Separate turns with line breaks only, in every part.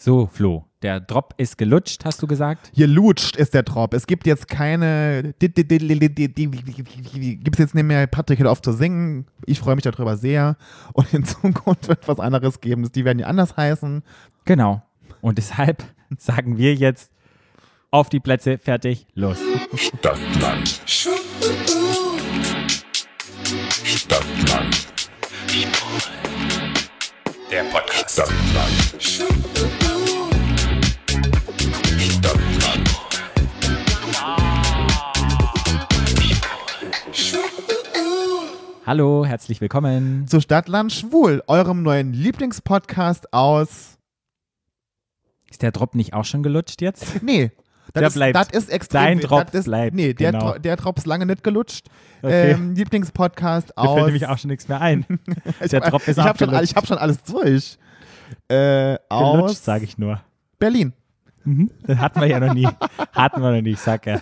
So, Flo, der Drop ist gelutscht, hast du gesagt?
Gelutscht ist der Drop. Es gibt jetzt keine. Gibt es jetzt nicht mehr Patrick hört auf zu singen. Ich freue mich darüber sehr. Und in Zukunft wird was anderes geben. Die werden ja anders heißen.
Genau. Und deshalb sagen wir jetzt auf die Plätze, fertig, los.
Stadtland. Stadtland. Der Podcast. Stadtland. Stadtland.
Hallo, herzlich willkommen.
Zu Stadtland Schwul, eurem neuen Lieblingspodcast aus.
Ist der Drop nicht auch schon gelutscht jetzt?
Nee. Das
Der
ist,
bleibt.
Das ist extrem.
Dein
das
Drop
ist,
bleibt,
Nee, der,
genau.
Dro- der Drop ist lange nicht gelutscht.
Okay.
Ähm, Lieblingspodcast
Mir
aus.
fällt nämlich auch schon nichts mehr ein. Der Drop ist
ich habe schon,
abgelutscht.
all- ich hab schon alles durch. Äh,
Gelutscht,
aus
sage ich nur.
Berlin.
Das hatten wir ja noch nie. Hatten wir noch nie, ich sag ja.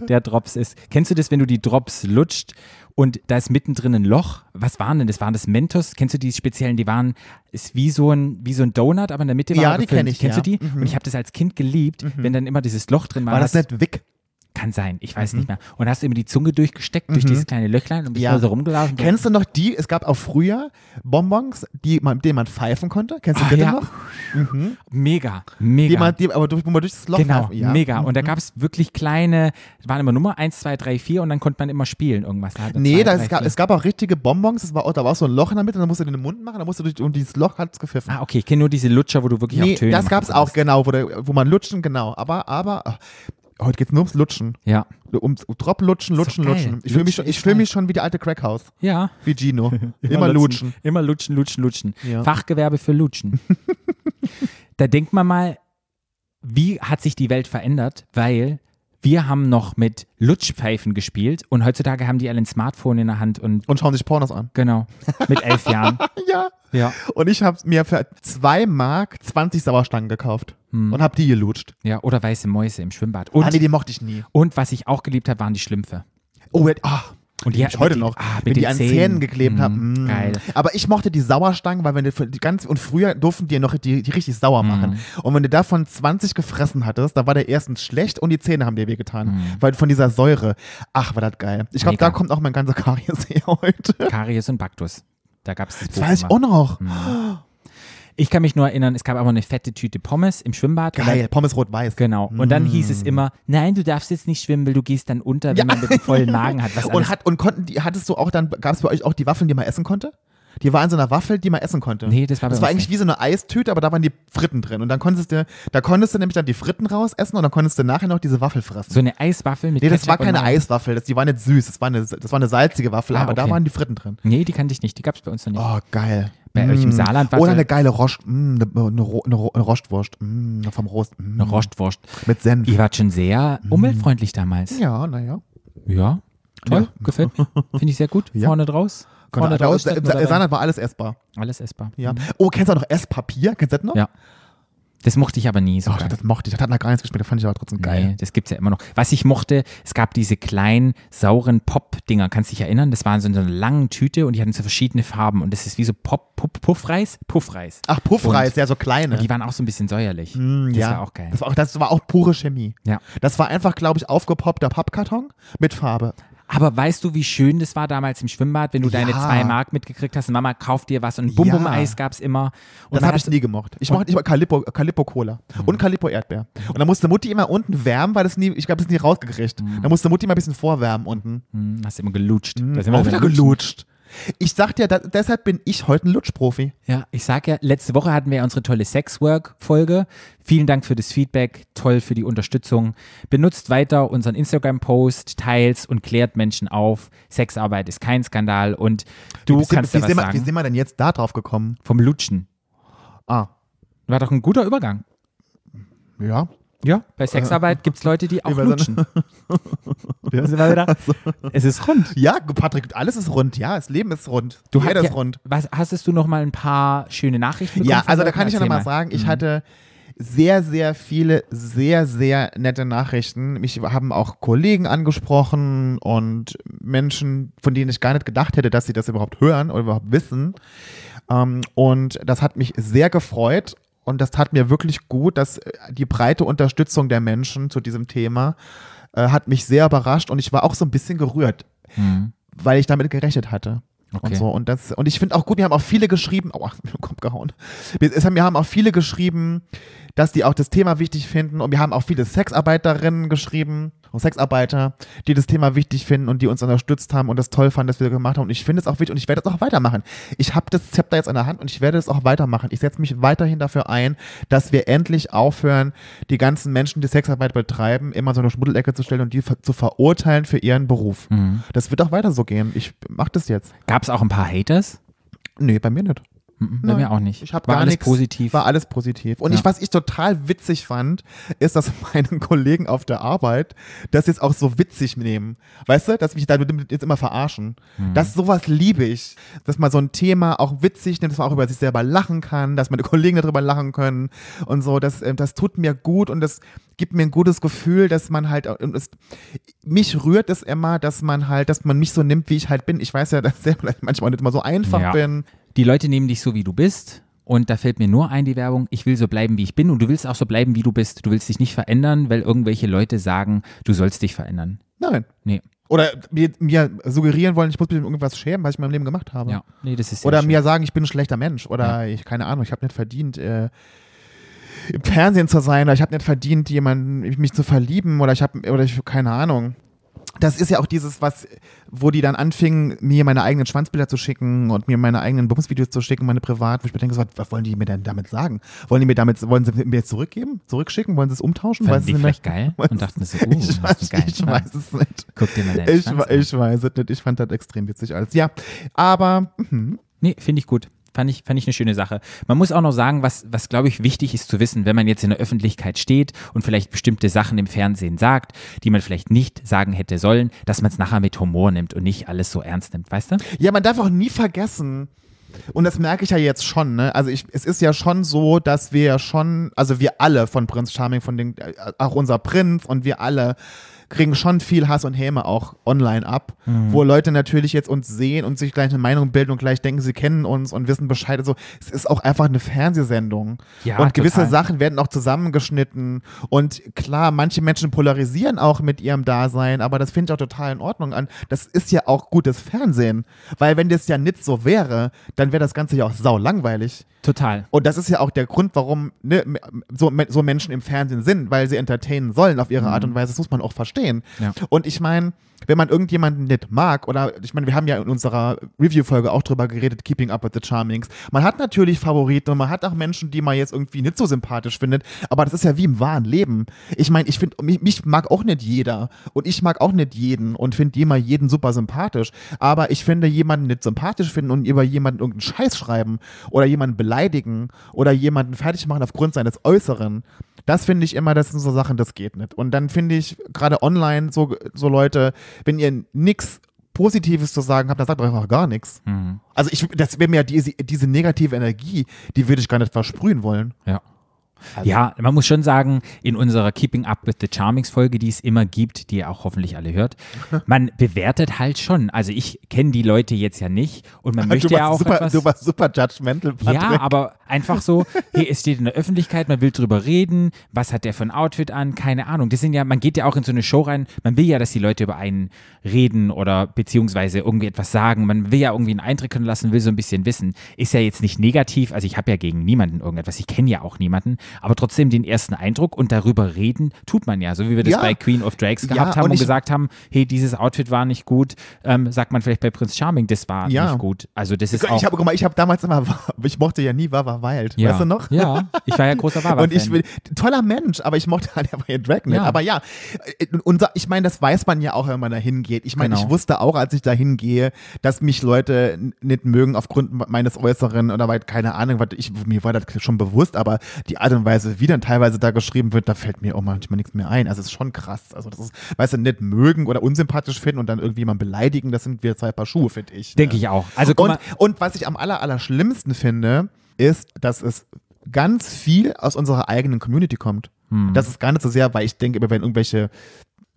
Der Drops ist. Kennst du das, wenn du die Drops lutscht und da ist mittendrin ein Loch? Was waren denn das? Waren das Mentos? Kennst du die speziellen? Die waren, ist wie so ein, wie so ein Donut, aber in der Mitte war
Ja,
er
die
gefüllt.
kenn ich,
Kennst
ja.
du
Mhm.
die? Und ich habe das als Kind geliebt, wenn dann immer dieses Loch drin war.
War das
Hast-
nicht Wick?
Kann sein, ich weiß nicht mehr. Und hast du immer die Zunge durchgesteckt durch dieses kleine Löchlein und bist
Mhm. Ja.
da so rumgelaufen.
Kennst du noch die? Es gab auch früher Bonbons, die man, mit denen man pfeifen konnte. Kennst du
Ah,
die
ja.
noch?
Mega,
Die,
mega.
man, die aber durch, wo man durch das Loch
Genau,
pfeifen- ja. Mhm.
mega. Und da gab es wirklich kleine, waren immer Nummer 1, 2, 3, 4 und dann konnte man immer spielen irgendwas. Da hat man
Nee,
zwei,
da,
drei,
es, gab,
vier.
es gab auch richtige Bonbons, es war, auch- da war auch so ein Loch in der Mitte, da musst du den in den Mund machen, da musst du durch und dieses Loch hat's gepfiffen.
Ah, okay, ich kenne nur diese Lutscher, wo du wirklich
nee,
auf Töne
das
machen
gab's auch,
konntest.
genau, wo, der, wo man lutschen, genau. Aber, aber, ah, heute geht's nur ums Lutschen.
Ja.
Ums Drop lutschen,
Ist doch
lutschen,
geil.
lutschen. Ich fühle mich, schon-
Lutschen
ich
ist
fühl
geil.
mich schon wie der alte Crackhaus.
Ja.
Wie Gino. Immer lutschen.
Immer lutschen, lutschen, lutschen.
Ja.
Fachgewerbe für Lutschen. da denkt man mal, wie hat sich die Welt verändert, weil wir haben noch mit Lutschpfeifen gespielt und heutzutage haben die alle ein Smartphone in der Hand und
Und schauen sich Pornos an.
genau, mit elf Jahren.
Ja.
Ja,
Und ich habe mir für 2 Mark 20 Sauerstangen gekauft und habe die gelutscht.
ja, oder weiße Mäuse im Schwimmbad. Und,
ah, nee, die mochte ich nie.
und was ich auch geliebt habe, waren die Schlümpfe.
Oh, ja, ah.
Und
Die hab ich
mit
heute
den-
noch,
ah, mit
wenn die
den
an
Zähnen,
Zähnen, geklebt
Mm,
haben. Mm.
Geil.
Aber ich mochte die Sauerstangen, weil wenn du für die ganz und früher durften die ja noch die, die richtig sauer machen. Und wenn du davon 20 gefressen hattest, dann war der erstens schlecht und die Zähne haben dir wehgetan, weil von dieser Säure. Ach, war das geil. Ich glaube,
Mega.
da kommt auch mein ganzer Karies her heute.
Karies und Baktus. Da gab es das,
Das
Buch
weiß ich
immer.
auch noch.
Ich kann mich nur erinnern, es gab aber eine fette Tüte Pommes im Schwimmbad. Und
Geil, Mm.
dann-
Pommes rot-weiß.
Genau. Und dann hieß es immer, nein, du darfst jetzt nicht schwimmen, weil du gehst dann unter, wenn man mit einem vollen Magen hat. Was
Und
alles-
hat und konnten die hattest du auch dann gab es bei euch auch die Waffeln, die man essen konnte? Die war in so einer Waffel, die man essen konnte.
Nee, das war bei
Das war
uns
eigentlich wie so eine Eistüte, aber da waren die Fritten drin und dann konntest du da konntest du nämlich dann die Fritten raus essen und dann konntest du nachher noch diese Waffel fressen.
so eine Eiswaffel mit
nee, das war
Ketchup und
keine
Mayo-
Eiswaffel, das, die war nicht süß, das war eine das war eine salzige Waffel,
Ah,
aber da
okay.
waren die Fritten drin.
Nee, die kannte ich nicht. Die gab es bei uns noch nicht.
Oh, geil.
Bei euch im
Mm.
Saarland halt- war
Oder
so-
eine geile Rost, mm, eine, eine, Ro- eine, Ro- eine Rostwurst, mm, vom Rost, mm,
Eine Rostwurst.
mit Senf.
Ihr wart schon sehr umweltfreundlich damals.
Ja, naja.
Ja. Toll. gefällt mir. Finde ich sehr gut.
Ja.
Vorne draus. Vorne
Da,
draus.
da,
statt nur dabei.
Genau. Äh, Saarland war alles essbar.
Alles essbar.
Ja. Oh, kennst du auch noch Esspapier? Kennst du das noch?
Mhm. Ja. Das mochte ich aber nie. So
Oh,
geil.
das, das mochte ich. Das hat nach gar nichts gespielt. Das fand ich aber trotzdem geil.
Nee, das gibt's ja immer noch. Was ich mochte, es gab diese kleinen, sauren Pop-Dinger, kannst dich erinnern? Das waren so in so einer langen Tüte und die hatten so verschiedene Farben und das ist wie so Pop, Puff, Puffreis, Puffreis.
Ach, Puffreis, ja, so kleine.
Und die waren auch so ein bisschen säuerlich.
Mm,
das
ja.
war auch geil.
Das war auch, das war auch pure Chemie.
Ja.
Das war einfach, glaube ich, aufgepoppter Pappkarton mit Farbe.
Aber weißt du, wie schön das war damals im Schwimmbad, wenn du deine
Ja.
zwei Mark mitgekriegt hast und Mama kauft dir was und Bum-Bum-Eis
Ja.
gab's immer. Und Mhm.
Das
man
habe ich
hat-
nie gemocht. Ich mochte immer Calippo, Calippo Cola und Calippo Erdbeer. Und dann musste Mutti immer unten wärmen, weil das nie, ich glaube, das ist nie rausgekriegt.
Mhm.
Dann musste Mutti immer ein bisschen vorwärmen unten.
Hm, hast immer gelutscht. Da sind wir
Mm. Auch
beim
wieder
Lutschen.
gelutscht. Ich sag dir, da, deshalb bin ich heute ein Lutschprofi.
Ja, ich sag ja, letzte Woche hatten wir ja unsere tolle Sexwork-Folge. Vielen Dank für das Feedback, toll für die Unterstützung. Benutzt weiter unseren Instagram-Post, teils und klärt Menschen auf. Sexarbeit ist kein Skandal und du
Wie sind-
kannst
wie,
ja was
sind wir- wie
sagen.
sind wir denn jetzt da drauf gekommen?
Vom Lutschen.
Ah,
War doch ein guter Übergang.
ja.
Ja, bei Sexarbeit gibt's Leute, die auch
Über so eine- Also-
lutschen. Da sind wir wieder. Es ist rund.
Ja, Patrick, alles ist rund. Ja, das Leben ist rund. Die Erde ist rund.
Was, hastest du noch mal ein paar schöne Nachrichten bekommen?
Ja,
von
also da
Leuten?
kann ich ja
Erzähl
nochmal sagen, ich hatte sehr, sehr viele, sehr, sehr nette Nachrichten. Mich haben auch Kollegen angesprochen und Menschen, von denen ich gar nicht gedacht hätte, dass sie das überhaupt hören oder überhaupt wissen. Ähm, und das hat mich sehr gefreut. Und das tat mir wirklich gut, dass äh, die breite Unterstützung der Menschen zu diesem Thema äh, hat mich sehr überrascht und ich war auch so ein bisschen gerührt,
Mhm.
weil ich damit gerechnet hatte.
Okay.
Und so. Und das, und ich finde auch gut, mir haben auch viele geschrieben, oh, mir kommt gehauen. Wir- Es haben, mir haben auch viele geschrieben, dass die auch das Thema wichtig finden. Und wir haben auch viele Sexarbeiterinnen geschrieben und Sexarbeiter, die das Thema wichtig finden und die uns unterstützt haben und das toll fanden, dass wir gemacht haben. Und ich finde es auch wichtig und ich werde es auch weitermachen. Ich habe das Zepter jetzt in der Hand und ich werde es auch weitermachen. Ich setze mich weiterhin dafür ein, dass wir endlich aufhören, die ganzen Menschen, die Sexarbeit betreiben, immer in so eine Schmuddelecke zu stellen und die ver- zu verurteilen für ihren Beruf.
Mhm.
Das wird auch weiter so gehen. Ich mache das jetzt.
Gab es auch ein paar Haters?
Nee, bei mir nicht.
Mhm, Bei
Nein.
mir auch nicht.
Ich hab
War
gar
alles
nix.
positiv.
War alles positiv. Und
Ja.
ich, was ich total witzig fand, ist, dass meine Kollegen auf der Arbeit das jetzt auch so witzig nehmen. Weißt du, dass mich da jetzt immer verarschen.
Hm.
Das sowas liebe ich. Dass man so ein Thema auch witzig nimmt, dass man auch über sich selber lachen kann, dass meine Kollegen darüber lachen können und so. Das, ähm, das tut mir gut und das gibt mir ein gutes Gefühl, dass man halt, und es, mich rührt es immer, dass man halt, dass man mich so nimmt, wie ich halt bin. Ich weiß ja, dass ich manchmal nicht immer so einfach
Ja.
bin.
Die Leute nehmen dich so, wie du bist. Und da fällt mir nur ein, die Werbung, ich will so bleiben, wie ich bin. Und du willst auch so bleiben, wie du bist. Du willst dich nicht verändern, weil irgendwelche Leute sagen, du sollst dich verändern.
Nein.
Nee,
Oder mir, mir suggerieren wollen, ich muss mich um irgendwas schämen, was ich in meinem Leben gemacht habe.
ja. Nee, das ist sehr
Oder
schön.
mir sagen, ich bin ein schlechter Mensch. Oder ich, keine Ahnung, ich habe nicht verdient, äh, im Fernsehen zu sein. Oder ich habe nicht verdient, jemanden, mich zu verlieben. Oder ich habe, oder ich, keine Ahnung. Das ist ja auch dieses, was, wo die dann anfingen, mir meine eigenen Schwanzbilder zu schicken und mir meine eigenen Bumsvideos zu schicken, meine privat, wo ich mir denke, so, was, was wollen die mir denn damit sagen? Wollen die mir damit, wollen sie mir jetzt zurückgeben, zurückschicken? Wollen sie es umtauschen?
Fanden
Weißt
die
du nicht
vielleicht geil
Weiß-
und dachten so, uh,
ich
hast du
weiß,
geil.
ich weiß es nicht.
Guck dir mal deinen
Ich,
Schwanz
we-
an.
ich weiß es nicht. Ich fand das extrem witzig alles. Ja, aber mhm.
Nee, finde ich gut. Fand ich, fand ich eine schöne Sache. Man muss auch noch sagen, was, was glaube ich wichtig ist zu wissen, wenn man jetzt in der Öffentlichkeit steht und vielleicht bestimmte Sachen im Fernsehen sagt, die man vielleicht nicht sagen hätte sollen, dass man es nachher mit Humor nimmt und nicht alles so ernst nimmt, weißt du?
ja, man darf auch nie vergessen. Und das merke ich ja jetzt schon, ne? Also ich, es ist ja schon so, dass wir ja schon, also wir alle von Prinz Charming, von den, äh, auch unser Prinz und wir alle kriegen schon viel Hass und Häme auch online ab,
Mhm.
wo Leute natürlich jetzt uns sehen und sich gleich eine Meinung bilden und gleich denken, sie kennen uns und wissen Bescheid. Also es ist auch einfach eine Fernsehsendung.
Ja,
und gewisse
total.
Sachen. Sachen werden auch zusammengeschnitten. Und klar, manche Menschen polarisieren auch mit ihrem Dasein, aber das finde ich auch total in Ordnung an. Das ist ja auch gutes Fernsehen. Weil wenn das ja nicht so wäre, dann wäre das Ganze ja auch sau langweilig.
Total.
Und das ist ja auch der Grund, warum ne, m- so, me- so Menschen im Fernsehen sind, weil sie entertainen sollen auf ihre Art und Weise. Das muss man auch verstehen.
Ja.
Und ich meine, wenn man irgendjemanden nicht mag, oder ich meine, wir haben ja in unserer Review-Folge auch drüber geredet, Keeping Up with the Charmings. Man hat natürlich Favoriten und man hat auch Menschen, die man jetzt irgendwie nicht so sympathisch findet, aber das ist ja wie im wahren Leben. Ich meine, ich finde, mich, mich mag auch nicht jeder und ich mag auch nicht jeden und finde immer jeden super sympathisch, aber ich finde jemanden nicht sympathisch finden und über jemanden irgendeinen Scheiß schreiben oder jemanden beleidigen oder jemanden fertig machen aufgrund seines Äußeren. Das finde ich immer, das sind so Sachen, das geht nicht. Und dann finde ich gerade online so, so Leute, wenn ihr nichts Positives zu sagen habt, dann sagt euch auch gar nichts.
Mhm.
Also ich, das wäre mir diese, diese negative Energie, die würde ich gar nicht versprühen wollen.
Ja.
Also
ja, man muss schon sagen, in unserer Keeping Up with the Charmings Folge, die es immer gibt, die ihr auch hoffentlich alle hört, man bewertet halt schon. Also ich kenne die Leute jetzt ja nicht und man möchte
du, warst
ja auch
super,
etwas.
du warst super judgmental, Patrick.
Ja, aber einfach so, hey, es steht in der Öffentlichkeit, man will drüber reden, was hat der für ein Outfit an, keine Ahnung. Das sind ja, man geht ja auch in so eine Show rein, man will ja, dass die Leute über einen reden oder beziehungsweise irgendwie etwas sagen, man will ja irgendwie einen Eintritt können lassen, will so ein bisschen wissen. Ist ja jetzt nicht negativ, also ich habe ja gegen niemanden irgendetwas, ich kenne ja auch niemanden, aber trotzdem den ersten Eindruck und darüber reden tut man ja, so wie wir das
Ja.
bei Queen of Drags
Ja,
gehabt haben
und
und,
ich-
gesagt haben, hey, dieses Outfit war nicht gut, ähm, sagt man vielleicht bei Prinz Charming, das war
Ja.
nicht gut. Also das ist auch
Ich habe, guck mal, ich habe damals immer, ich mochte ja nie Wawa Wild, weißt du noch?
ja, ich war ja großer Wawa.
Und ich bin toller Mensch, aber ich mochte halt einfach ihren Dragnet.
Ja.
Aber ja, äh, unser, ich meine, das weiß man ja auch, wenn man da hingeht. Ich meine,
Genau.
ich wusste auch, als ich da hingehe, dass mich Leute n- nicht mögen aufgrund me- meines Äußeren oder weil, keine Ahnung, was ich, mir war das schon bewusst, aber die Art und Weise, wie dann teilweise da geschrieben wird, da fällt mir auch manchmal nichts mehr ein. Also es ist schon krass. Also das ist, weißt du, nicht mögen oder unsympathisch finden und dann irgendwie jemanden beleidigen, das sind wir zwei Paar Schuhe, finde ich. ne?
Denke
Ja.
ich auch. Also guck
und, und was ich am aller, allerschlimmsten finde, ist, dass es
Hm.
ganz viel aus unserer eigenen Community kommt. Das ist gar nicht so sehr, weil ich denke immer, wenn irgendwelche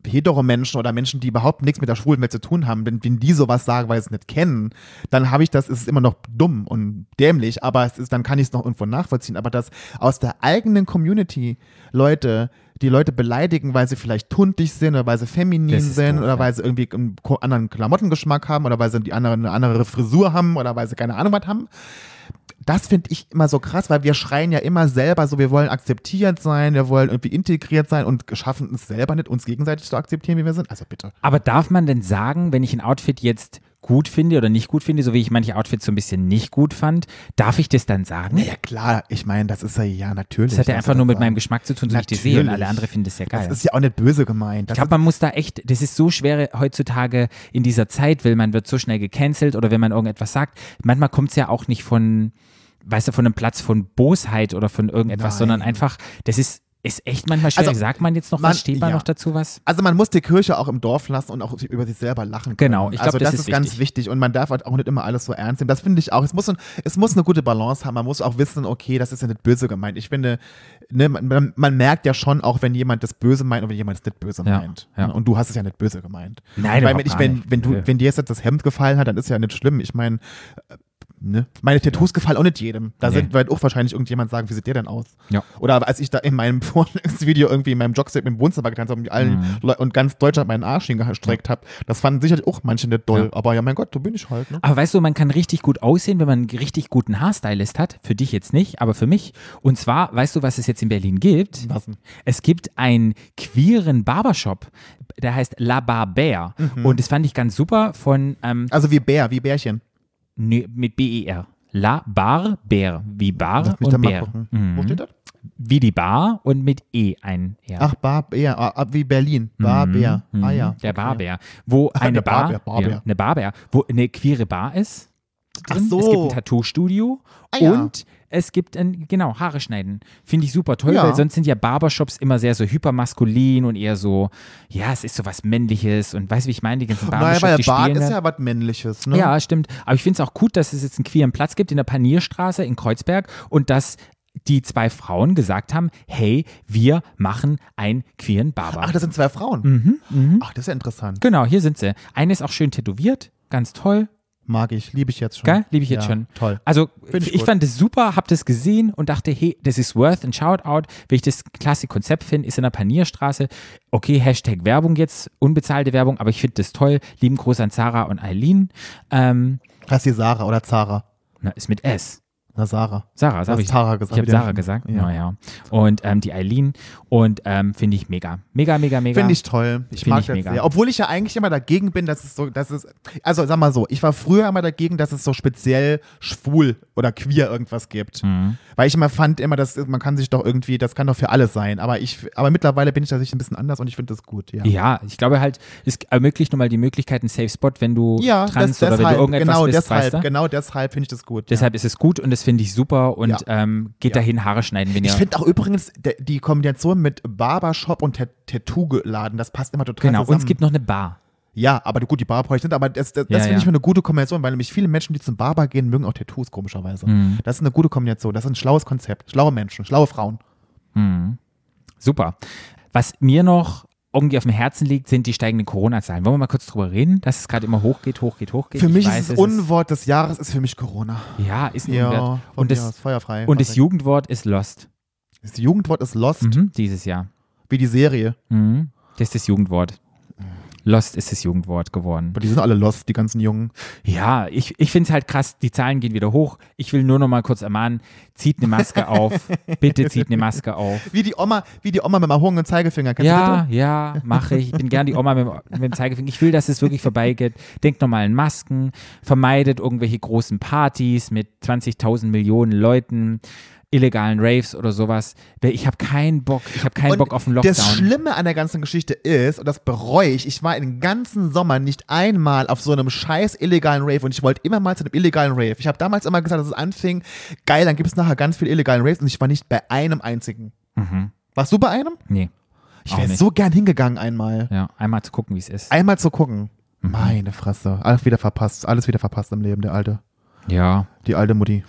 hetero Menschen oder Menschen, die überhaupt nichts mit der schwulen Welt zu tun haben, wenn, wenn die sowas sagen, weil sie es nicht kennen, dann habe ich das, ist es immer noch dumm und dämlich, aber es ist, dann kann ich es noch irgendwo nachvollziehen. Aber dass aus der eigenen Community Leute, die Leute beleidigen, weil sie vielleicht tuntig sind oder weil sie feminin
Das ist
sind
doof,
oder
ja.
weil sie irgendwie einen ko- anderen Klamottengeschmack haben oder weil sie die andere, eine andere Frisur haben oder weil sie keine Ahnung was haben, das finde ich immer so krass, weil wir schreien ja immer selber so, wir wollen akzeptiert sein, wir wollen irgendwie integriert sein und schaffen es selber nicht, uns gegenseitig zu akzeptieren, wie wir sind. Also bitte.
Aber darf man denn sagen, wenn ich ein Outfit jetzt gut finde oder nicht gut finde, so wie ich manche Outfits so ein bisschen nicht gut fand, darf ich das dann sagen?
Ja klar, ich meine, das ist ja, ja natürlich.
Das hat ja
was
einfach
soll
nur
das
mit
sagen?
meinem Geschmack zu tun, so wie ich die sehe und alle
Natürlich.
anderen finden das ja geil.
Das ist ja auch nicht böse gemeint.
Ich
Das
glaube, man muss da echt, das ist so schwer heutzutage in dieser Zeit, weil man wird so schnell gecancelt oder wenn man irgendetwas sagt. Manchmal kommt es ja auch nicht von, weißt du, von einem Platz von Bosheit oder von irgendetwas,
Nein.
sondern einfach, das ist, ist echt manchmal schwierig.
Also,
Sagt man jetzt noch
man-
was? Steht man
ja.
noch dazu was?
Also man muss die Kirche auch im Dorf lassen und auch über sich selber lachen. Können.
Genau, ich glaub,
also
das
das,
ist
ist, ganz
wichtig.
wichtig und man darf halt auch nicht immer alles so ernst nehmen. Das finde ich auch. Es muss, ein, es muss eine gute Balance haben. Man muss auch wissen, okay, das ist ja nicht böse gemeint. Ich finde, ne, man- man, man merkt ja schon auch, wenn jemand das böse meint und wenn jemand es nicht böse
Ja,
meint.
ja.
Und du hast es ja nicht böse gemeint.
Nein,
Weil
überhaupt
wenn, ich,
gar
wenn,
nicht.
wenn,
Nö.
du, wenn dir jetzt das Hemd gefallen hat, dann ist ja nicht schlimm. Ich meine, äh, ne? meine Tattoos gefallen auch nicht jedem. Da
Nee.
sind, wird auch wahrscheinlich irgendjemand sagen, wie sieht der denn aus?
Ja.
Oder als ich da in meinem Vorstellungsvideo irgendwie in meinem Jogset im Wohnzimmer getanzt habe und, allen
Mhm.
Leu- und ganz Deutschland meinen Arsch hingestreckt habe, das fanden sicherlich auch manche nicht doll. Aber ja, mein Gott, so bin ich halt. Ne?
Aber weißt du, man kann richtig gut aussehen, wenn man einen richtig guten Haarstylist hat. Für dich jetzt nicht, aber für mich. Und zwar, weißt du, was es jetzt in Berlin gibt?
Was denn?
Es gibt einen queeren Barbershop, der heißt La Barbère.
Mhm.
Und das fand ich ganz super von, ähm,
Also wie Bär, wie Bärchen.
nö, mit B-E-R. La Barbère, wie Bar
Lass mich
Ah,
da
und
mal
Bär.
gucken.
Mhm.
Wo steht das?
Wie die Bar und mit E ein R.
Ach, Bar, Bär, ah, ah, wie Berlin.
Mhm.
Bar, Bär. Ah ja.
Der
Okay.
Barbär. Wo eine
der
Bar,
Barber, Barber.
Ja, eine Barbär, wo eine queere Bar ist.
Ach
drin.
so.
Es gibt ein Tattoo-Studio
Ah ja.
und es gibt ein, genau, Haare schneiden. Finde ich super toll,
Ja.
weil sonst sind ja Barbershops immer sehr so hypermaskulin und eher so, ja, es ist so was Männliches und weißt du, wie ich meine, die ganzen
Naja,
Barbershops,
weil
die
der Bart
spielen
ist
da-
ja was Männliches, ne?
ja, stimmt. Aber ich finde es auch gut, dass es jetzt einen queeren Platz gibt in der Panierstraße in Kreuzberg und dass die zwei Frauen gesagt haben, hey, wir machen einen queeren Barber.
Ach, das sind zwei Frauen.
Mhm,
Ach, das ist ja interessant.
Genau, hier sind sie. Eine ist auch schön tätowiert, ganz toll.
Mag ich, liebe ich jetzt schon.
Geil, liebe ich jetzt
ja,
schon.
Toll.
Also,
Find ich
ich,
gut.
fand es super, hab das gesehen und dachte, hey, das ist worth ein Shoutout. Wenn ich das klasse Konzept finde, ist in der Panierstraße. Okay, Hashtag Werbung jetzt, unbezahlte Werbung, aber ich finde das toll. Lieben Gruß an Sarah und Eileen. Ähm,
Heißt die Sarah oder Zara?
na, ist mit S.
Na, Sarah.
Sarah, das
Du
habe
hast
ich.
Tara gesagt,
Ich habe
wieder
Sarah
nicht.
gesagt,
Ja.
naja. Und ähm, die Eileen. Und ähm, finde ich mega. Mega, mega, mega.
Finde ich toll. Ich
Find
mag
ich
das
mega.
sehr. Obwohl ich ja eigentlich immer dagegen bin, dass es so, dass es, also sag mal so, ich war früher immer dagegen, dass es so speziell schwul oder queer irgendwas gibt.
Mhm.
Weil ich immer fand immer, dass man kann sich doch irgendwie, das kann doch für alles sein. Aber ich, aber mittlerweile bin ich tatsächlich ein bisschen anders und ich finde das gut, ja.
Ja, ich glaube halt, es ermöglicht nun mal die Möglichkeit, einen Safe Spot, wenn du
Ja,
trans
das,
oder wenn du
deshalb,
irgendetwas
genau
bist,
deshalb,
weißt du?
genau deshalb finde ich das gut. ja.
Deshalb ist es gut und das finde ich super und
Ja.
ähm, geht
Ja.
dahin Haare schneiden, wenn
Ich
ihr.
finde auch übrigens de- die Kombination mit Barbershop und Tat- Tattoo-Laden, das passt immer total
Genau, und
zusammen.
es gibt noch eine Bar.
Ja, aber gut, die Barber brauche ich nicht, aber das, das, das
Ja,
finde
ja.
ich mal eine gute Kombination, weil nämlich viele Menschen, die zum Barber gehen, mögen auch Tattoos, komischerweise.
Mhm.
Das ist eine gute Kombination, das ist ein schlaues Konzept. Schlaue Menschen, schlaue Frauen.
Super. Was mir noch irgendwie auf dem Herzen liegt, sind die steigenden Corona-Zahlen. Wollen wir mal kurz drüber reden, dass es gerade immer hochgeht, hochgeht, hochgeht.
Für
Ich
mich
weiß,
ist das
es
Unwort des Jahres ist für mich Corona.
Ja, ist ein
Ja,
Unwert.
von
Und
mir aus,
das,
feuerfrei.
und
Was
das
ich-
Jugendwort ist Lost.
das Jugendwort ist Lost,
Mhm, dieses Jahr.
wie die Serie.
Mhm. Das ist das Jugendwort. Lost ist das Jugendwort geworden.
Aber die sind alle Lost, die ganzen Jungen.
Ja, ich, ich finde es halt krass, die Zahlen gehen wieder hoch. Ich will nur noch mal kurz ermahnen, zieht eine Maske auf. Bitte zieht eine Maske auf.
Wie die Oma, wie die Oma mit dem erhobenen Zeigefinger. Kennst du
Ja, ja, mache ich. Ich bin gern die Oma mit, dem- mit dem Zeigefinger. Ich will, dass es wirklich vorbeigeht. Denkt nochmal an Masken, vermeidet irgendwelche großen Partys mit 20.000 Millionen Leuten, illegalen Raves oder sowas. Ich habe keinen Bock. Ich habe keinen
Und
Bock auf einen Lockdown.
Das Schlimme an der ganzen Geschichte ist, und das bereue ich, ich war den ganzen Sommer nicht einmal auf so einem scheiß illegalen Rave und ich wollte immer mal zu einem illegalen Rave. Ich habe damals immer gesagt, dass es anfing, geil, dann gibt es nachher ganz viele illegalen Raves und ich war nicht bei einem einzigen. Warst du bei einem?
Mhm. Nee,
Ich
Auch
wäre
nicht.
so gern hingegangen einmal.
ja, einmal zu gucken, wie es ist.
Einmal zu gucken.
Mhm.
Meine Fresse. Alles wieder verpasst. Alles wieder verpasst im Leben, der alte.
Ja,
Die alte Mutti.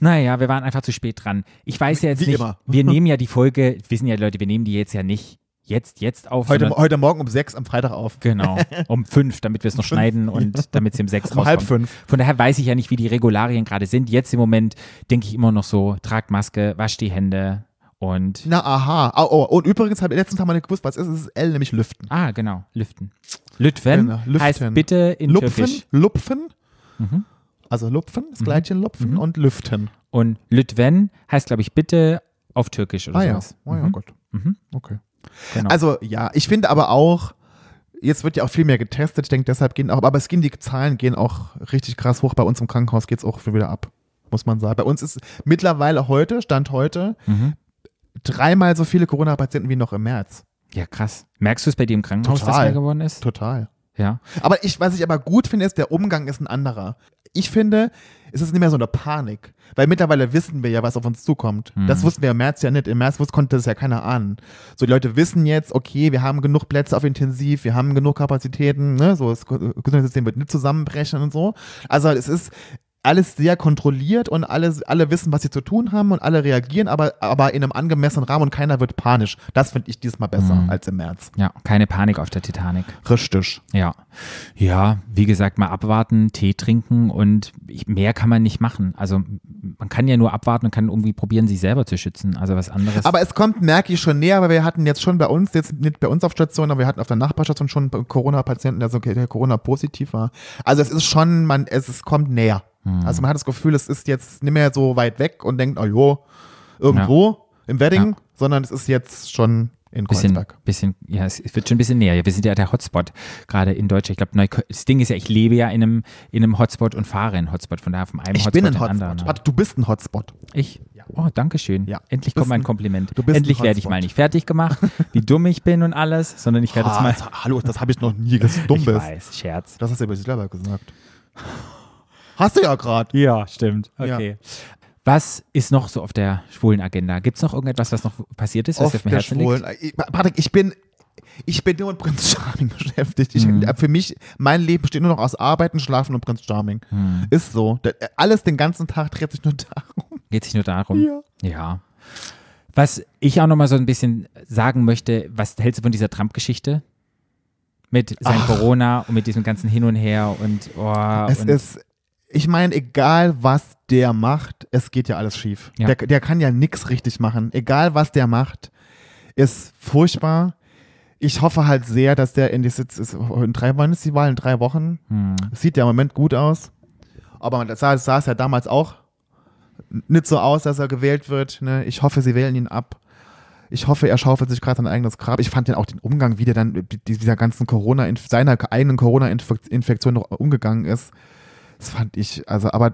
Naja, wir waren einfach zu spät dran. Ich weiß ja jetzt
Wie
nicht,
immer.
wir nehmen ja die Folge, wissen ja die Leute, wir nehmen die jetzt ja nicht jetzt, jetzt auf.
Heute,
sondern-
heute Morgen um sechs am Freitag auf.
Genau, um fünf, damit wir es noch schneiden und damit es im sechs
Um halb
rauskommt. Von daher weiß ich ja nicht, wie die Regularien gerade sind. Jetzt im Moment denke ich immer noch so, tragt Maske, wascht die Hände und
Na aha. Oh, oh. Und übrigens habe ich letztens mal nicht gewusst, was es ist. Es ist L, nämlich Lüften.
Ah, genau, lüften. Lütven
Genau, lüften.
heißt bitte in
Lupfen,
Türkisch. Mhm.
Lupfen. Also Lupfen, das gleiche Lupfen und Lüften.
Und Lütven heißt, glaube ich, bitte auf Türkisch oder
Ah ja.
sowas. Mhm.
Oh ja, Gott. Okay.
Genau.
Also ja, ich finde aber auch, jetzt wird ja auch viel mehr getestet, ich denke, deshalb gehen auch, aber es gehen die Zahlen gehen auch richtig krass hoch. Bei uns im Krankenhaus geht es auch wieder ab, muss man sagen. Bei uns ist mittlerweile heute, Stand heute,
Mhm.
dreimal so viele Corona-Patienten wie noch im März.
ja, krass. Merkst du es bei dir im Krankenhaus, dass
Total.
mehr geworden ist?
Total.
Ja.
Aber ich, was ich aber gut finde, ist, der Umgang ist ein anderer. Ich finde, es ist nicht mehr so eine Panik. Weil mittlerweile wissen wir ja, was auf uns zukommt. Das wussten wir im März ja nicht. Im März wusste- konnte das ja keiner ahnen. So, die Leute wissen jetzt, okay, wir haben genug Plätze auf Intensiv, wir haben genug Kapazitäten, ne? so, das Gesundheitssystem wird nicht zusammenbrechen und so. Also, es ist alles sehr kontrolliert und alle, alle wissen, was sie zu tun haben und alle reagieren, aber, aber in einem angemessenen Rahmen und keiner wird panisch. Das finde ich diesmal besser als im März.
Ja, keine Panik auf der Titanic.
Richtig.
Ja. Ja, wie gesagt, mal abwarten, Tee trinken und ich, mehr kann man nicht machen. Also man kann ja nur abwarten und kann irgendwie probieren, sich selber zu schützen. Also was anderes.
Aber es kommt, merke ich, schon näher, weil wir hatten jetzt schon bei uns, jetzt nicht bei uns auf Station, aber wir hatten auf der Nachbarstation schon Corona-Patienten, also der so der Corona-positiv war. Also es ist schon, man, es, es kommt näher.
Hm.
Also man hat das Gefühl, es ist jetzt nicht mehr so weit weg und denkt, oh jo, irgendwo im Wedding,
Ja.
sondern es ist jetzt schon in
bisschen,
Kreuzberg.
bisschen, ja, es wird schon ein bisschen näher. Ja, Wir sind ja der Hotspot gerade in Deutschland. Ich glaube, Neukölln- das Ding ist ja, ich lebe ja in einem, in einem Hotspot und fahre in Hotspot. Von daher vom einen
Ich
Hotspot
bin ein
in den
Hotspot.
anderen.
Warte, du bist ein Hotspot.
Ich? Oh, danke schön.
Ja.
Endlich
Du
kommt
bist
mein
ein-
Kompliment.
du bist ein
Endlich werde ich mal
Hotspot.
nicht fertig gemacht, wie dumm ich bin und alles, sondern ich werde jetzt mal.
Ah, hallo, das habe ich noch nie gesagt. Dumm
Ich
bist.
weiß, Scherz.
Das hast du über dich selber gesagt. Hast du ja gerade.
Ja, stimmt.
Ja.
Okay. Was ist noch so auf der schwulen Agenda? Gibt es noch irgendetwas, was noch passiert ist, was dir auf
auf
dem
der
Herzen liegt?
schwulen. Ich- Patrick, ich bin, ich bin nur mit Prinz Charming beschäftigt. Ich,
Mhm.
Für mich, mein Leben besteht nur noch aus Arbeiten, Schlafen und Prinz Charming.
Mhm.
Ist so. Da- Alles den ganzen Tag dreht sich nur darum.
Geht sich nur darum. Ja. Was ich auch nochmal so ein bisschen sagen möchte, was hältst du von dieser Trump-Geschichte? Mit seinem Corona und mit diesem ganzen Hin und Her und oh,
Es
und
ist, ich meine, egal was der macht, es geht ja alles schief.
Ja.
Der, der kann ja nichts richtig machen. Egal was der macht, ist furchtbar. Ich hoffe halt sehr, dass der in die Sitz ist. In drei, wann ist die Wahl? In drei Wochen?
hm,
Sieht ja im Moment gut aus. Aber man das sah, sah es ja damals auch nicht so aus, dass er gewählt wird. Ne? Ich hoffe, sie wählen ihn ab. Ich hoffe, er schaufelt sich gerade sein eigenes Grab. Ich fand den auch den Umgang, wie der dann mit dieser ganzen Corona, seiner eigenen Corona-Infektion noch umgegangen ist. Das fand ich, also, aber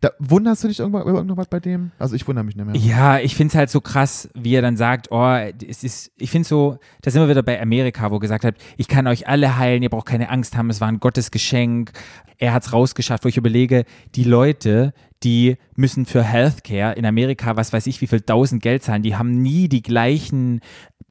da, wunderst du dich irgendwann über irgendwas bei dem? Also ich wundere mich nicht mehr.
Ja, ich find's halt so krass, wie er dann sagt, oh, es ist, ich find's so, da sind wir wieder bei Amerika, wo er gesagt hat, ich kann euch alle heilen, ihr braucht keine Angst haben, es war ein Gottesgeschenk. Er hat's rausgeschafft, wo ich überlege, die Leute, die müssen für Healthcare in Amerika, was weiß ich, wie viel tausend Geld zahlen, die haben nie die gleichen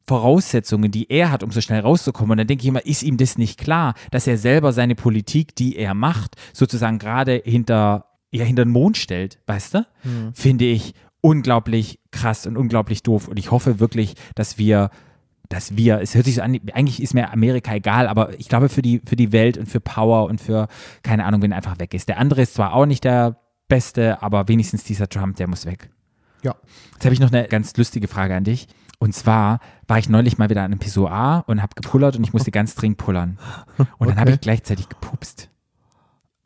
Voraussetzungen, die er hat, um so schnell rauszukommen. Und dann denke ich immer, ist ihm das nicht klar, dass er selber seine Politik, die er macht, sozusagen gerade hinter, ja, hinter den Mond stellt, weißt du? Finde ich unglaublich krass und unglaublich doof. Und ich hoffe wirklich, dass wir, dass wir, es hört sich so an, eigentlich ist mir Amerika egal, aber ich glaube für die, für die Welt und für Power und für, keine Ahnung, wen einfach weg ist. Der andere ist zwar auch nicht der Beste, aber wenigstens dieser Trump, der muss weg.
Ja.
Jetzt habe ich noch eine ganz lustige Frage an dich. Und zwar war ich neulich mal wieder an einem Pissoir und habe gepullert und ich musste ganz dringend pullern. Und dann habe ich gleichzeitig gepupst.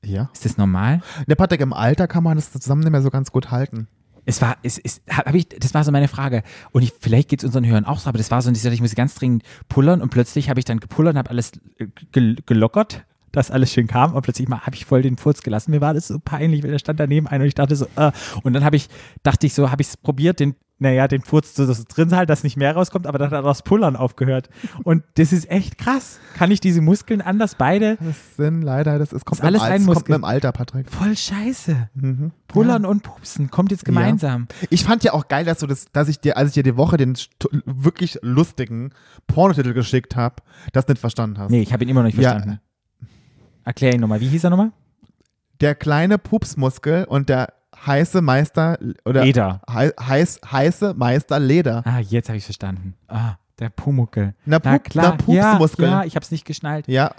Ja.
Ist das normal?
Der Patrick, im Alter kann man das zusammen nicht mehr so ganz gut halten.
Es war, es, es, hab, hab ich, das war so meine Frage. Und ich, vielleicht geht es unseren Hörern auch so, aber das war so, ich, ich muss ganz dringend pullern und plötzlich habe ich dann gepullert und habe alles äh, gel gelockert, dass alles schön kam und plötzlich mal habe ich voll den Furz gelassen. Mir war das so peinlich, weil der stand daneben einer und ich dachte so, äh. und dann habe ich, dachte ich so, habe ich es probiert, den, naja, den Furz so, so drin halt, dass nicht mehr rauskommt, aber dann hat auch das Pullern aufgehört. Und das ist echt krass. Kann ich diese Muskeln anders beide?
Das sind leider, das ist, kommt,
Ist alles
im, Al-
ein
es kommt
Muskel.
mit dem Alter, Patrick.
Voll scheiße. Pullern und Pupsen kommt jetzt gemeinsam.
Ich fand ja auch geil, dass du das, dass ich dir, als ich dir die Woche den st- wirklich lustigen Pornotitel geschickt habe, das nicht verstanden hast.
Nee, ich habe ihn immer noch nicht
Ja.
verstanden. Erklär ihn nochmal. Wie hieß er nochmal?
Der kleine Pupsmuskel und der heiße Meister oder
Leder.
Hei heiß, heiße Meister Leder.
Ah, jetzt habe ich verstanden. Ah, Der Pumuckel.
Na,
Na
Pup-
klar,
na, Pupsmuskel.
Ja, ja, ich hab's nicht geschnallt.
Ja,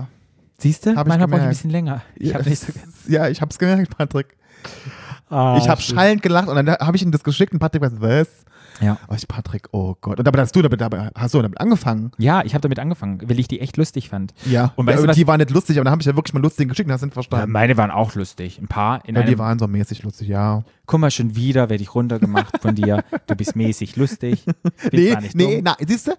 Siehst du?
Hab ich
Manchmal brauche ich ein
gemerkt.
bisschen länger. Ich hab
ja,
nicht so
ja, ich hab's gemerkt, Patrick.
Ah,
ich habe
schön.
schallend gelacht und dann habe ich ihm das geschickt und Patrick weiß, was?
Ja.
Oh, ich, Patrick, oh Gott. Und dabei hast du damit, dabei, hast du damit angefangen.
Ja, ich habe damit angefangen, weil ich die echt lustig fand.
Ja.
Und weißt
ja,
du, was-
die waren nicht lustig, aber dann habe ich ja wirklich mal lustigen geschickt und hast du nicht
Ja,
verstanden.
meine waren auch lustig. Ein paar in
Ja, die
einem
waren so mäßig lustig, ja.
Guck mal, schon wieder werde ich runtergemacht von dir. Du bist mäßig lustig. Bin
Nee,
zwar nicht
nee,
dumm.
nein, siehst du,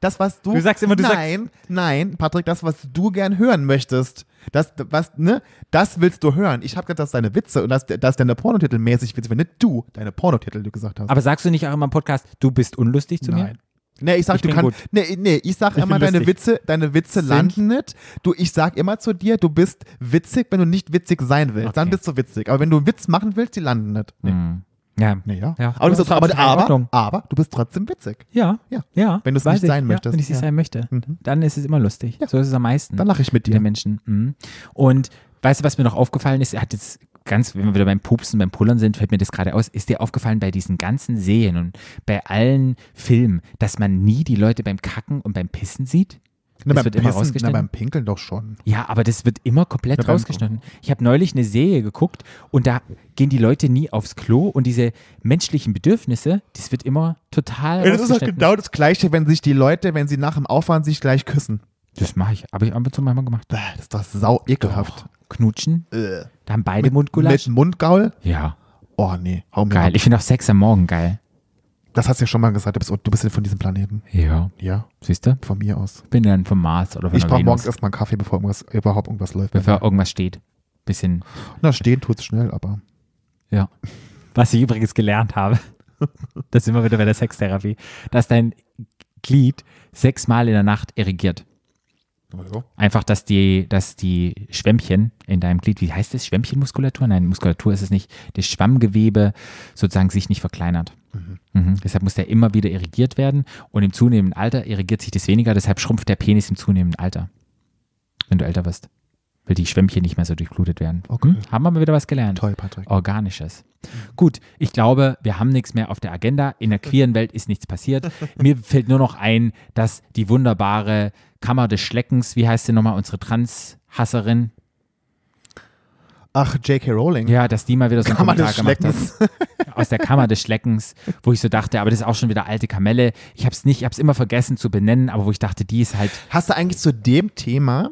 das, was du.
Du sagst immer, du sagst-
Nein, nein, Patrick, das, was du gern hören möchtest, das, was, ne, das willst du hören. Ich habe gedacht, das ist deine Witze und das, das ist deine Pornotitel mäßig witzig, wenn nicht du deine Pornotitel du gesagt hast.
Aber sagst du nicht auch immer im Podcast, du bist unlustig zu mir?
Nein. Nee, ich sag,
Ich
du
bin
kannst.
gut.
Nee, nee, ich sag
Ich
immer,
bin
deine
lustig.
Witze, deine Witze
Sind-
landen nicht. Du, ich sag immer zu dir, du bist witzig, wenn du nicht witzig sein willst. Dann
Okay.
bist du witzig. Aber wenn du einen Witz machen willst, die landen nicht. Nee.
Hm. Ja.
Nee, ja.
Ja.
Aber, du bist,
Ja,
aber,
ist in Ordnung.
aber, aber du bist trotzdem witzig.
Ja.
Ja.
ja.
Wenn du es
weiß
nicht
ich.
sein
ja,
möchtest.
Wenn ich es nicht
Ja.
sein möchte,
Mhm.
dann ist es immer lustig. So ist es am meisten.
Dann lache ich mit
mit den
dir.
Menschen. Mhm. Und weißt du, was mir noch aufgefallen ist? Er hat jetzt ganz, wenn wir wieder beim Pupsen, beim Pullern sind, fällt mir das gerade aus. Ist dir aufgefallen bei diesen ganzen Serien und bei allen Filmen, dass man nie die Leute beim Kacken und beim Pissen sieht?
Na,
Das
beim
wird immer
Pissen, na,
rausgeschnitten.
beim Pinkeln doch schon.
Ja, aber das wird immer komplett
Ja, beim-
rausgeschnitten. Ich habe neulich eine Serie geguckt und da gehen die Leute nie aufs Klo und diese menschlichen Bedürfnisse, das wird immer total
Ja, Das ist doch
rausgeschnitten.
genau das Gleiche, wenn sich die Leute, wenn sie nach dem Aufwand sich gleich küssen.
das mache ich, habe ich ab und zu manchmal gemacht.
Bäh, Das ist doch sau ekelhaft.
Knutschen,
Äh.
da haben beide
Mit,
Mundgulasch.
mit Mundgaul?
Ja,
Oh nee, hau mir
geil.
ab.
Ich finde auch Sex am Morgen geil.
Das hast du ja schon mal gesagt, du bist, du bist ja von diesem Planeten.
Ja,
Ja,
siehst du?
von mir aus.
bin dann vom Mars oder von
Ich
der
brauche morgens
Venus,
erstmal einen Kaffee, bevor irgendwas, überhaupt irgendwas läuft.
bevor irgendwas steht. Bisschen,
Na, stehen tut's schnell, aber.
ja. Was ich übrigens gelernt habe, das sind wir wieder bei der Sextherapie, dass dein Glied sechsmal in der Nacht erigiert. Einfach, dass die, dass die Schwämmchen in deinem Glied, wie heißt das, Schwämmchenmuskulatur? Nein, Muskulatur ist es nicht. Das Schwammgewebe sozusagen sich nicht verkleinert. Mhm. Deshalb muss der immer wieder irrigiert werden und im zunehmenden Alter irrigiert sich das weniger, deshalb schrumpft der Penis im zunehmenden Alter, wenn du älter wirst. Weil die Schwämmchen nicht mehr so durchblutet werden. Hm?
Okay.
Haben wir mal wieder was gelernt.
Toll, Patrick.
Organisches. Gut, ich glaube, wir haben nichts mehr auf der Agenda. In der queeren Welt ist nichts passiert. Mir fällt nur noch ein, dass die wunderbare Kammer des Schleckens, wie heißt sie nochmal, unsere Transhasserin,
Ach, J.K. Rowling.
ja, dass die mal wieder so einen
Kammer
Kommentar
des
gemacht hat.
Schleckens.
aus der Kammer des Schleckens, wo ich so dachte, aber das ist auch schon wieder alte Kamelle. Ich habe es nicht, ich habe es immer vergessen zu benennen, aber wo ich dachte, die ist halt,
Hast du eigentlich zu dem Thema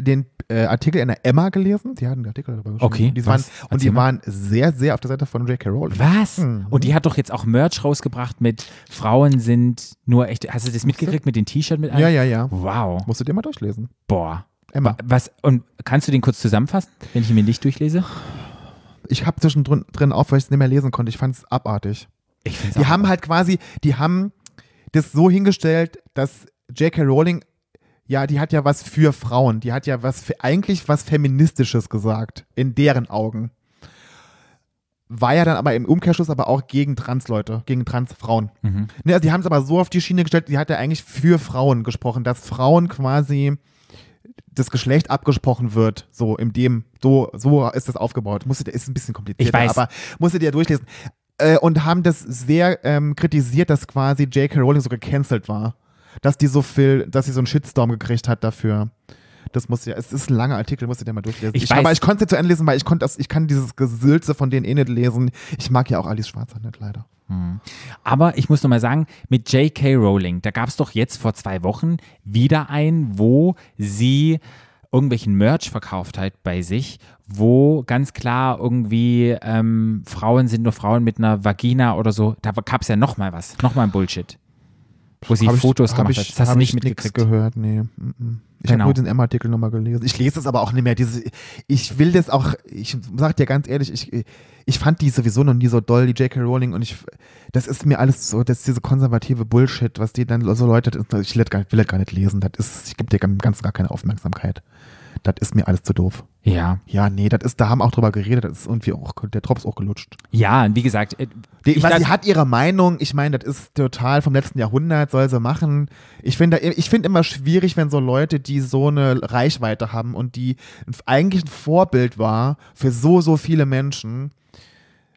den äh, Artikel in der Emma gelesen? Die hatten einen Artikel darüber geschrieben.
Okay,
Die waren,
was?
und
Erzähl
die
mal.
waren sehr, sehr auf der Seite von J.K. Rowling.
was?
Hm.
Und die hat doch jetzt auch Merch rausgebracht mit Frauen sind nur echt, hast du das mitgekriegt mit den T-Shirt mit allem?
Ja, ja, ja.
Wow,
Musst du dir mal durchlesen.
boah.
Emma.
Was, und kannst du den kurz zusammenfassen, wenn ich ihn mir nicht durchlese?
Ich habe zwischendrin drin auf, weil ich es nicht mehr lesen konnte. Ich fand es abartig.
Ich find's
Die
auch-
haben halt quasi, die haben das so hingestellt, dass J.K. Rowling, ja, die hat ja was für Frauen, die hat ja was für, eigentlich was Feministisches gesagt, in deren Augen. War ja dann aber im Umkehrschluss aber auch gegen Transleute, gegen Transfrauen.
Mhm.
Ne, also die haben es aber so auf die Schiene gestellt, die hat ja eigentlich für Frauen gesprochen, dass Frauen quasi das Geschlecht abgesprochen wird, so in dem, so, so ist das aufgebaut. Musst du, dir- ist ein bisschen kompliziert,
Ich weiß.
aber musst du dir durchlesen. Äh, und haben das sehr ähm, kritisiert, dass quasi J.K. Rowling so gecancelt war. Dass die so viel, dass sie so einen Shitstorm gekriegt hat dafür. Das muss ja, es ist ein langer Artikel, musst du dir mal durchlesen.
Ich weiß.
aber ich konnte es zu Ende lesen, weil ich konnte das, ich kann dieses Gesülze von denen eh nicht lesen. Ich mag ja auch Alice Schwarzer nicht leider.
Aber ich muss nochmal sagen, mit J.K. Rowling, da gab es doch jetzt vor zwei Wochen wieder ein, wo sie irgendwelchen Merch verkauft hat bei sich, wo ganz klar irgendwie ähm, Frauen sind nur Frauen mit einer Vagina oder so. Da gab es ja nochmal was, nochmal ein Bullshit. Wo sie
Hab ich-
Fotos
hab
gemacht
ich-
hat. Das hast
hab
du nicht
ich nix
mitgekriegt.
gehört, nee. Mm, mm. Ich
Genau.
habe nur den Emma-Artikel nochmal gelesen. Ich lese es aber auch nicht mehr. Diese, ich will das auch, ich sag dir ganz ehrlich, ich, ich fand die sowieso noch nie so doll, die J.K. Rowling. Und ich, das ist mir alles so, das ist diese konservative Bullshit, was die dann so Leute, ich will das gar, will das gar nicht lesen. Das ist, ich gebe dir ganz, ganz gar keine Aufmerksamkeit. Das ist mir alles zu doof.
Ja.
Ja, nee, das ist, da haben auch drüber geredet, das ist irgendwie auch, der Tropf ist auch gelutscht.
Ja, und wie gesagt, äh,
Die,
ich
was,
dachte-
sie hat ihre Meinung, ich meine, das ist total vom letzten Jahrhundert, soll sie machen. Ich finde da- ich finde immer schwierig, wenn so Leute, die so eine Reichweite haben und die eigentlich ein Vorbild war für so, so viele Menschen,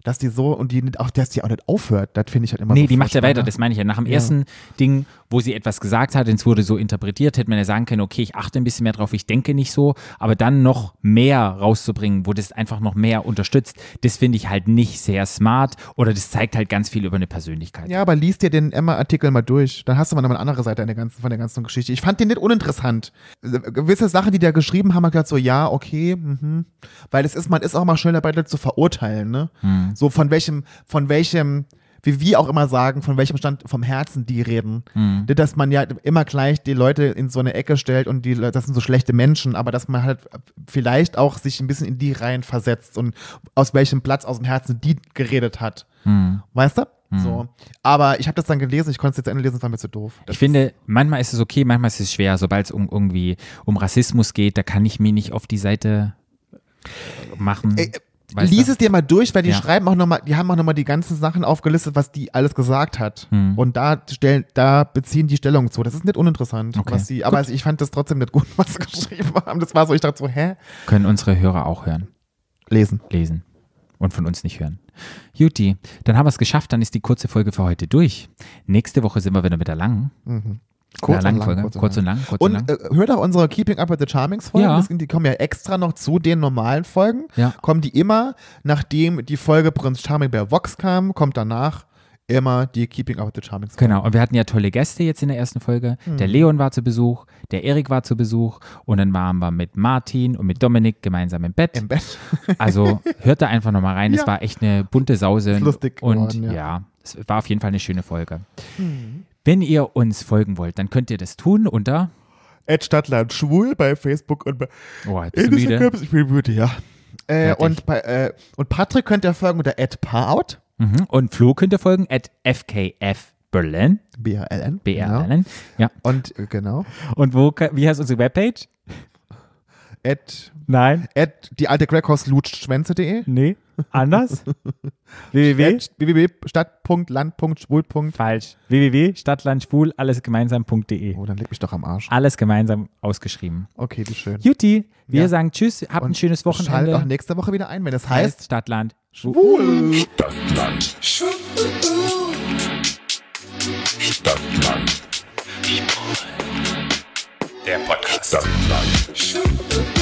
dass die so und die auch, dass die auch nicht aufhört. Das finde ich halt immer
Nee,
so
die macht ja
furchtbar,
weiter,
ne?
das meine ich ja. Nach dem
Ja.
ersten Ding, wo sie etwas gesagt hat, und es wurde so interpretiert, hätte man ja sagen können, okay, ich achte ein bisschen mehr drauf, ich denke nicht so, aber dann noch mehr rauszubringen, wo das einfach noch mehr unterstützt, das finde ich halt nicht sehr smart oder das zeigt halt ganz viel über eine Persönlichkeit.
Ja, aber liest dir den Emma-Artikel mal durch. Dann hast du mal eine andere Seite an der ganzen, von der ganzen Geschichte. Ich fand den nicht uninteressant. Gewisse Sachen, die da geschrieben haben, haben gesagt so, ja, okay, mhm. Weil es ist, man ist auch mal schnell dabei, Leute zu verurteilen, ne? So von welchem, von welchem, wie wir auch immer sagen, von welchem Stand vom Herzen die reden. Nicht, Dass man ja immer gleich die Leute in so eine Ecke stellt und die Leute, das sind so schlechte Menschen, aber dass man halt vielleicht auch sich ein bisschen in die Reihen versetzt und aus welchem Platz aus dem Herzen die geredet hat.
Hm.
Weißt du? So. Aber ich habe das dann gelesen, ich konnte es jetzt zu Ende lesen, das war mir zu doof. Das
Ich finde, manchmal ist es okay, manchmal ist es schwer. Sobald es um, irgendwie um Rassismus geht, da kann ich mich nicht auf die Seite machen.
Ey, äh,
Weißt
Lies
du?
es dir mal durch, weil die
Ja.
schreiben auch noch mal, die haben auch nochmal die ganzen Sachen aufgelistet, was die alles gesagt hat.
Hm.
Und da stellen, da beziehen die Stellung zu. Das ist nicht uninteressant,
Okay.
was sie, aber ich fand das trotzdem nicht gut, was sie geschrieben haben. Das war so, ich dachte so, hä?
Können unsere Hörer auch hören.
Lesen.
lesen und von uns nicht hören. Juti, dann haben wir es geschafft, dann ist die kurze Folge für heute durch. Nächste Woche sind wir wieder mit der langen.
Kurz
Ja,
und
langen
lang,
Folge.
kurz und
Kurz und lang, kurz und
Und
lang.
äh, hört auch unsere Keeping Up with the Charmings Folgen.
ne? Ja.
Das sind- Die kommen ja extra noch zu den normalen Folgen.
Ja.
Kommen die immer, nachdem die Folge Prinz Charming bei Vox kam, kommt danach immer die Keeping Up with the Charmings Folge.
Genau, und wir hatten ja tolle Gäste jetzt in der ersten Folge.
Hm.
Der Leon war zu Besuch, der Erik war zu Besuch und dann waren wir mit Martin und mit Dominik gemeinsam im Bett.
Im Bett.
Also hört da einfach nochmal rein. Es
Ja.
war echt eine bunte Sause.
Ist lustig
Und
geworden,
ja.
ja. Hm.
es war auf jeden Fall eine schöne Folge. Wenn ihr uns folgen wollt, dann könnt ihr das tun unter.
Ed Stadtland schwul bei Facebook und bei
Oh, jetzt bist du müde.
Instagram. Ich bin müde, ja. Äh,
Fertig.
und, bei, äh, und Patrick könnt ihr folgen unter @parout
Mhm. Und Flo könnt ihr folgen at FKF Berlin,
BRLN. Genau.
BRLN. Ja.
Und äh, genau.
Und wo, ka- wie heißt unsere Webpage?
At,
Nein,
at die alte Greghaus lutschschwänze.de
nee, anders.
At www.stadt.land.schwul.
Falsch. www.stadtlandschwul, allesgemeinsam.de.
Oh, dann leg mich doch am Arsch.
E. Alles gemeinsam ausgeschrieben.
Okay, wie schön.
Juti, wir
Ja.
sagen Tschüss, habt ein schönes
Schalt auch
Wochenende.
nächste Woche wieder ein, wenn das heißt
Heißt Stadtland.
Stadtland. Stadtland. Der Podcast. Stadtland.